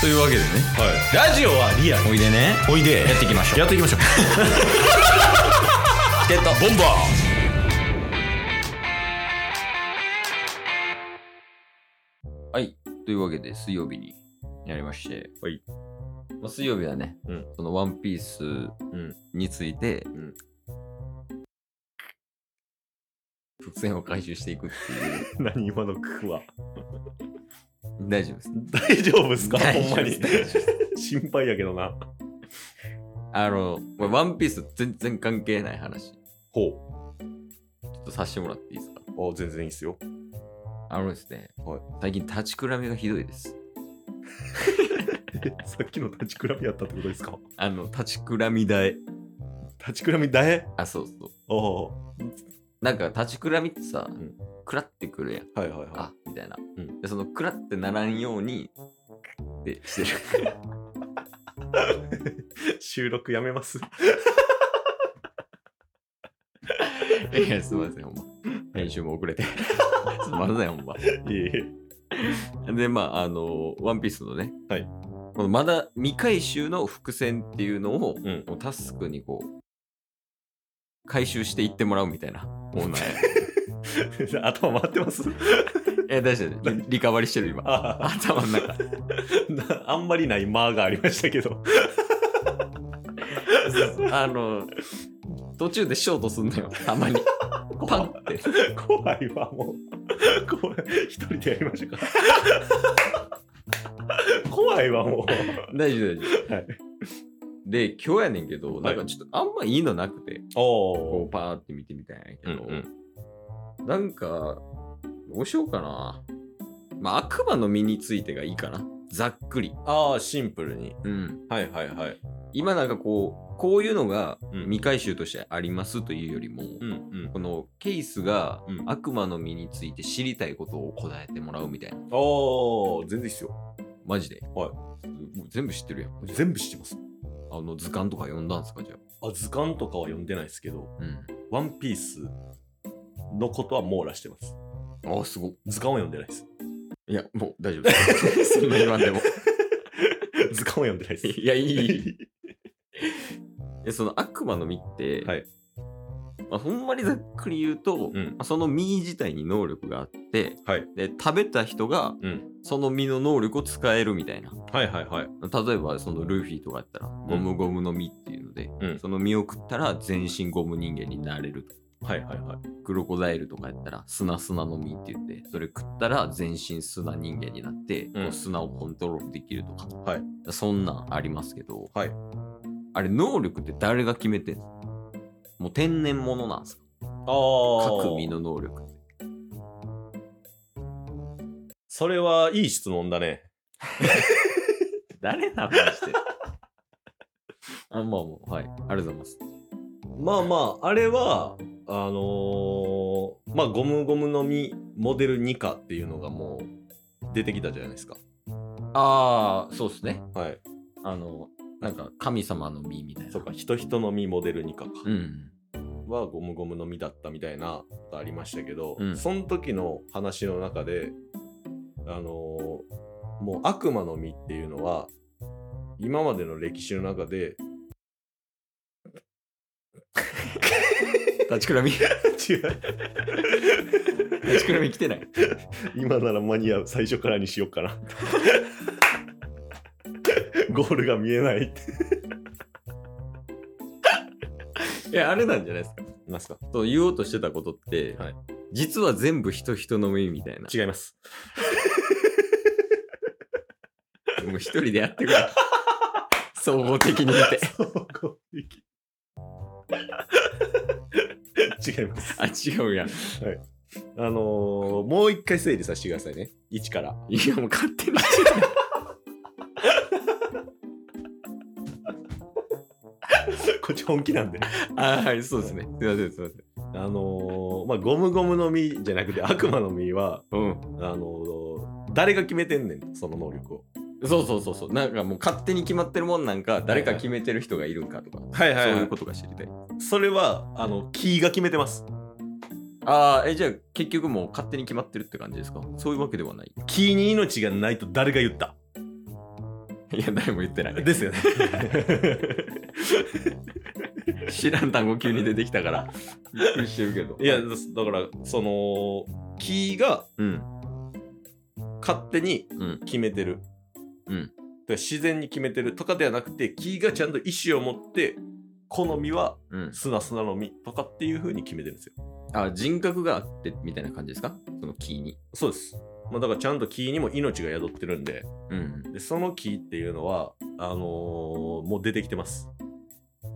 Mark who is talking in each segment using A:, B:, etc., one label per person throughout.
A: というわけでね
B: ラジオはリアル
A: おいでね
B: おいで
A: やっていきましょう
B: やってい きましょう
A: チケットボンバーはいというわけで水曜日になりまして
B: はい
A: まあ、水曜日はね、
B: うん
A: そのワンピース
B: ん
A: について、
B: ん
A: 伏線を回収していくって いう
B: 何今の句は
A: 大丈夫です
B: 大丈夫っすかほ
A: 大
B: ん
A: 丈夫
B: ま
A: で
B: に
A: す大丈夫です
B: 心配やけどな
A: あのこれワンピースと全然関係ない話ち
B: ほ
A: ょっとさせてもらっていいですか
B: うあ全然いいっすよ
A: あのですね、
B: はい
A: 最近立ちくらみがひどいです
B: え さっきの立ちくらみやったってことですか
A: あの立ちくらみだえ
B: 立ちくらみだえ
A: あそうそう
B: ああは
A: なんか立ちくらみってさ、
B: ん
A: くらってくるやん
B: いはいはい
A: あみたいな、
B: うん
A: でそのくらってならんようにってしてる
B: 収録やめ ます
A: いやすみませんほんま編集も遅れてすまんないほんま
B: いえい え
A: でまああのワンピースのね、
B: はい
A: このまだ未回収の伏線っていうのを、
B: ん
A: もうタスクにこう回収していってもらうみたいなコーナーや
B: 頭回ってます
A: え大丈夫リリカバリーしてる今
B: あ
A: 頭の中
B: なあんまりない間がありましたけど
A: あの途中でショートすんのよたまにパンって
B: 怖いわもう怖い一人でやりまし ょうか怖いわもう
A: 大丈夫大丈夫、
B: はい
A: で今日やねんけどなん
B: は
A: かちょっとあんまいいのなくて、
B: お
A: こうパーって見てみたんやけど、
B: うん
A: なんかどうしようかなまあ悪魔の実についてがいいかなざっくり、
B: ああシンプルに
A: うん、
B: はいはいはい
A: 今なんかこうこういうのが
B: うん
A: 未回収としてありますというよりも、
B: うんうん
A: このケースが
B: うん
A: 悪魔の実について知りたいことを答えてもらうみたいな
B: おー全然いいっすよ
A: マジで、
B: はい
A: もう全部知ってるやん
B: 全部知ってます
A: あの図鑑とか読んだんすかじゃあ
B: あ図鑑とかは読んでないですけど
A: う
B: ワンピースのことは網羅してます
A: んあすごっ
B: 図鑑は読んでないです
A: いやもう大丈夫 そんな言わんでも
B: 図鑑は読んでないです
A: いやいいいいえその悪魔の実って、
B: はい
A: まあ、ほんまにざっくり言うと、
B: うん
A: まあその実自体に能力があって、
B: はい
A: で食べた人が
B: うん
A: その実の能力を使えるみたいな
B: はいはいはい
A: 例えばそのルフィとかやったらゴムゴムの実っていうので、
B: うん
A: その実を食ったら全身ゴム人間になれると
B: はいはいはい
A: クロコダイルとかやったら砂砂の実って言ってそれ食ったら全身砂人間になって、
B: ん
A: こう砂をコントロールできるとか、
B: はい
A: そんなんありますけど、
B: はい
A: あれ能力って誰が決めてんのもう天然物なんですか
B: ああ
A: 各実の能力って
B: それはいい質問だね
A: 誰なのして あまあまあはいありがとうございます
B: まあまああれはあのーまあゴムゴムの実モデル2かっていうのがもう出てきたじゃないですか
A: ああそうですね
B: はい
A: あのなんか神様の実みたいな
B: そうか人人の実モデル2かか
A: うん
B: はゴムゴムの実だったみたいなことありましたけど、
A: うん
B: その時の話の中であのーもう悪魔の実っていうのは今までの歴史の中で
A: 立ちくらみ立
B: 違う
A: ちくらみ来てない
B: 今なら間に合う最初からにしようか なゴールが見えないって
A: いやあれなんじゃないですか
B: ますか
A: と言おうとしてたことって、
B: はい
A: 実は全部人人の目みたいな。
B: 違います
A: もう一人でやってくれ。 総合的に見て。
B: 違います
A: あ、違うやん。
B: あのーもう一回整理させてくださいね1から
A: いや、もう勝手に。
B: こっち本気なんで
A: あ、はい、そうですね。すいません、すいません。
B: あのーまあゴムゴムの実じゃなくて悪魔の実は
A: うん
B: あ。のー誰が決めてんねんその能力を
A: そうそうそうそう。なんかもう勝手に決まってるもんなんか、誰か決めてる人がいるんかとか、
B: はい
A: そう
B: そう
A: い
B: いううこ
A: ことが知りたい。
B: とそれはあのキーが決めてます
A: ああ、え、じゃあ結局もう勝手に決まってるって感じですかそういうわけではない。
B: キーに命がないと誰が言った
A: いや、誰も言ってない。
B: ですよね。
A: 知らん単語急に出てきたから。びっくりしてるけど。
B: いや、だだから、その、木が
A: うん。
B: 勝手に
A: うん
B: 決めてる。
A: うん
B: だから自然に決めてるとかではなくて、木がちゃんと意思を持って、好みは
A: うん。
B: 砂砂の実とかっていう風に決めてるんですよ。
A: あ、人格があってみたいな感じですかそのキーに。
B: そうです。まあ、だからちゃんと木にも命が宿ってるんで、
A: うん。
B: でその木っていうのは、あのーもう出てきてます。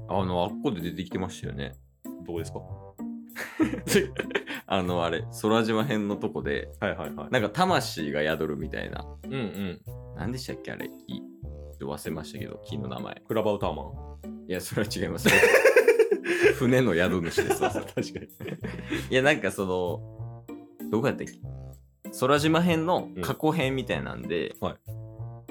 A: あの、あっこで出てきてましたよね。
B: どこですか
A: あの、あれ、空島編のとこで、
B: はいはいはい。
A: なんか魂が宿るみたいな。
B: うんうん。
A: 何でしたっけあれ、キー。ちょっと忘れましたけど、キーの名前。
B: クラバウターマン。
A: いや、それは違います。 船の宿主です わ。それ
B: 確かに。
A: いや、なんかその、どこやったっけ空島編の過去編みたいなんで、
B: うんはい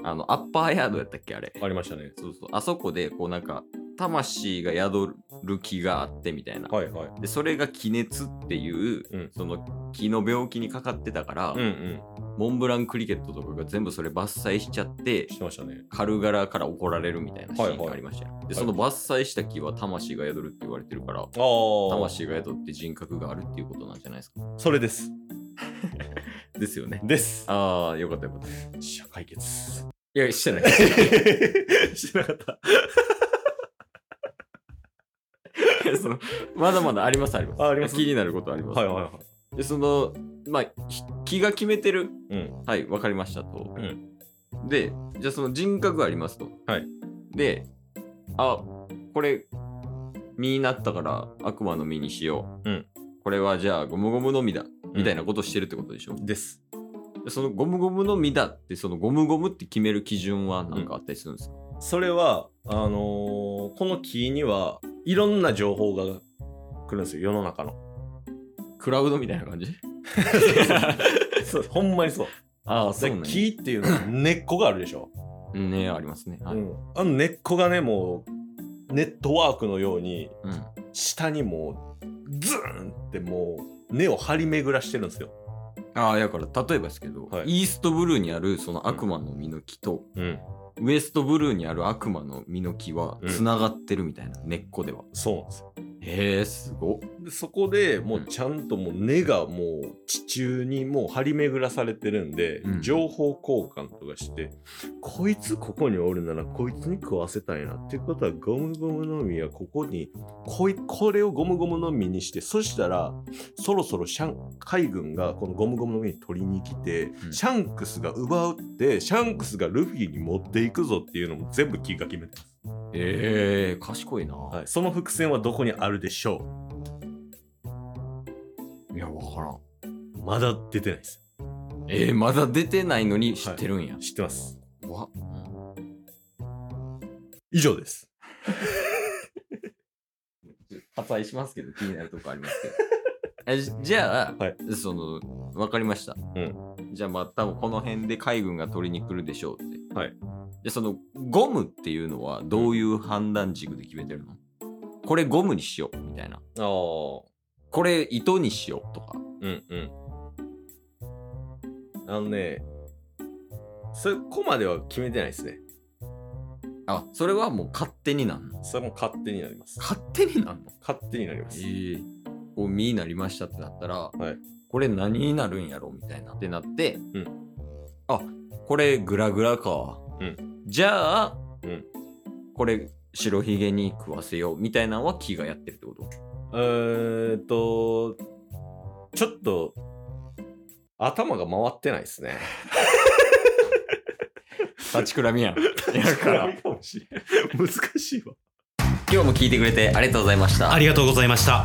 A: あの、アッパーヤードやったっけあれ。
B: ありましたね。
A: そうそう。あそこで、こうなんか、魂が宿る気があってみたいな。
B: はいはい。
A: で、それが気熱っていう、
B: うん
A: その気の病気にかかってたから、
B: うんうん。
A: モンブランクリケットとかが全部それ伐採しちゃって、
B: してましたね。
A: カルガラから怒られるみたいなシーンがありましたよ、で、
B: は
A: そ
B: い
A: の伐採した木は魂が宿るって言われてるから、
B: ああ。
A: 魂が宿って人格があるっていうことなんじゃないですか。
B: それです。
A: ですよね。
B: です。
A: ああ、よかったよかった。い
B: 社会 決。
A: や、してない。
B: してなかった。
A: そのまだまだありますあります。
B: ああります
A: 気になることあります。
B: はいはいはい。
A: で、その、まあ、ひ気が決めてる。
B: うん。
A: はい、わかりましたと。
B: う
A: で、じゃあその人格がありますと。
B: はい。
A: で、あ、これ、身になったから悪魔の身にしよう。
B: うん
A: これはじゃあゴムゴムの実だ。みたいなことしてるってことでしょ、
B: です。
A: でそのゴムゴムの実だって、そのゴムゴムって決める基準は何かあったりするんですか、
B: それは、あのーこの木には、いろんな情報が来るんですよ、世の 中の。
A: クラウドみたいな感じ
B: そう、ほんまにそう。
A: ああ、
B: で木っていうのは根っこがあるでしょ。
A: ねありますね。はい。
B: うんあの根っこがね、もう、ネットワークのように、
A: うん
B: 下にもう、ズーンってもう、根を張り巡らしてるんですよ。
A: ああ、やから、例えばですけど、
B: はい
A: イーストブルーにあるその悪魔の実の木と、
B: うん。
A: ウエストブルーにある悪魔の実の木は
B: うん
A: つながってるみたいな、根っこでは。
B: そうなんですよ
A: へえ、すごっ。
B: でそこでも
A: う
B: うんちゃんともう根がもう地中にもう張り巡らされてるんで、
A: うん
B: 情報交換とかしてこいつここにおるならこいつに食わせたいなっていうことはゴムゴムの実はここにこいこれをゴムゴムの実にしてそしたらそろそろシャン海軍がこのゴムゴムの実に取りに来て、
A: うん
B: シャンクスが奪ってシャンクスがルフィに持っていくぞっていうのも全部気が決めてます、
A: ええ、賢いな。
B: はい、その伏線はどこにあるでしょ
A: い、や、わからん。
B: うまだ出てないです
A: ええ、まだ出てないのに知ってるんや。
B: 知ってます
A: 怖っうん
B: 以上です。
A: 割愛しますけど、気になるとこあり ますけど。えじじゃあ、
B: はい
A: その、わかりました。じゃあ、まあ、多分この辺で海軍が取りに来るでしょうって。
B: はい。
A: で、その、ゴムっていうのは、どういう判断軸で決めてるの、これゴムにしよう、みたいな。
B: ああ、
A: これ糸にしよう、とか。
B: うんうん。あのね、そこまでは決めてないですね。
A: あ、それはもう勝手になんの
B: それも勝手になります。
A: 勝手になんの
B: 勝手になりま
A: え
B: す。
A: えこう、身になりましたってなったら、
B: はい
A: これ何になるんやろみたいなってなって、
B: うん
A: あ、これグラグラか。
B: うん
A: じゃあ、
B: うん
A: これ白ひげに食わせようみたいなのは木がやってるってこと
B: えーっと、ちょっと、頭が回ってないですね。
A: 立ちくらみ やん。やから。
B: かもしれない。難しいわ。
A: 今日も聞いてくれてありがとうございました
C: あ。りがとうございました。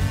C: す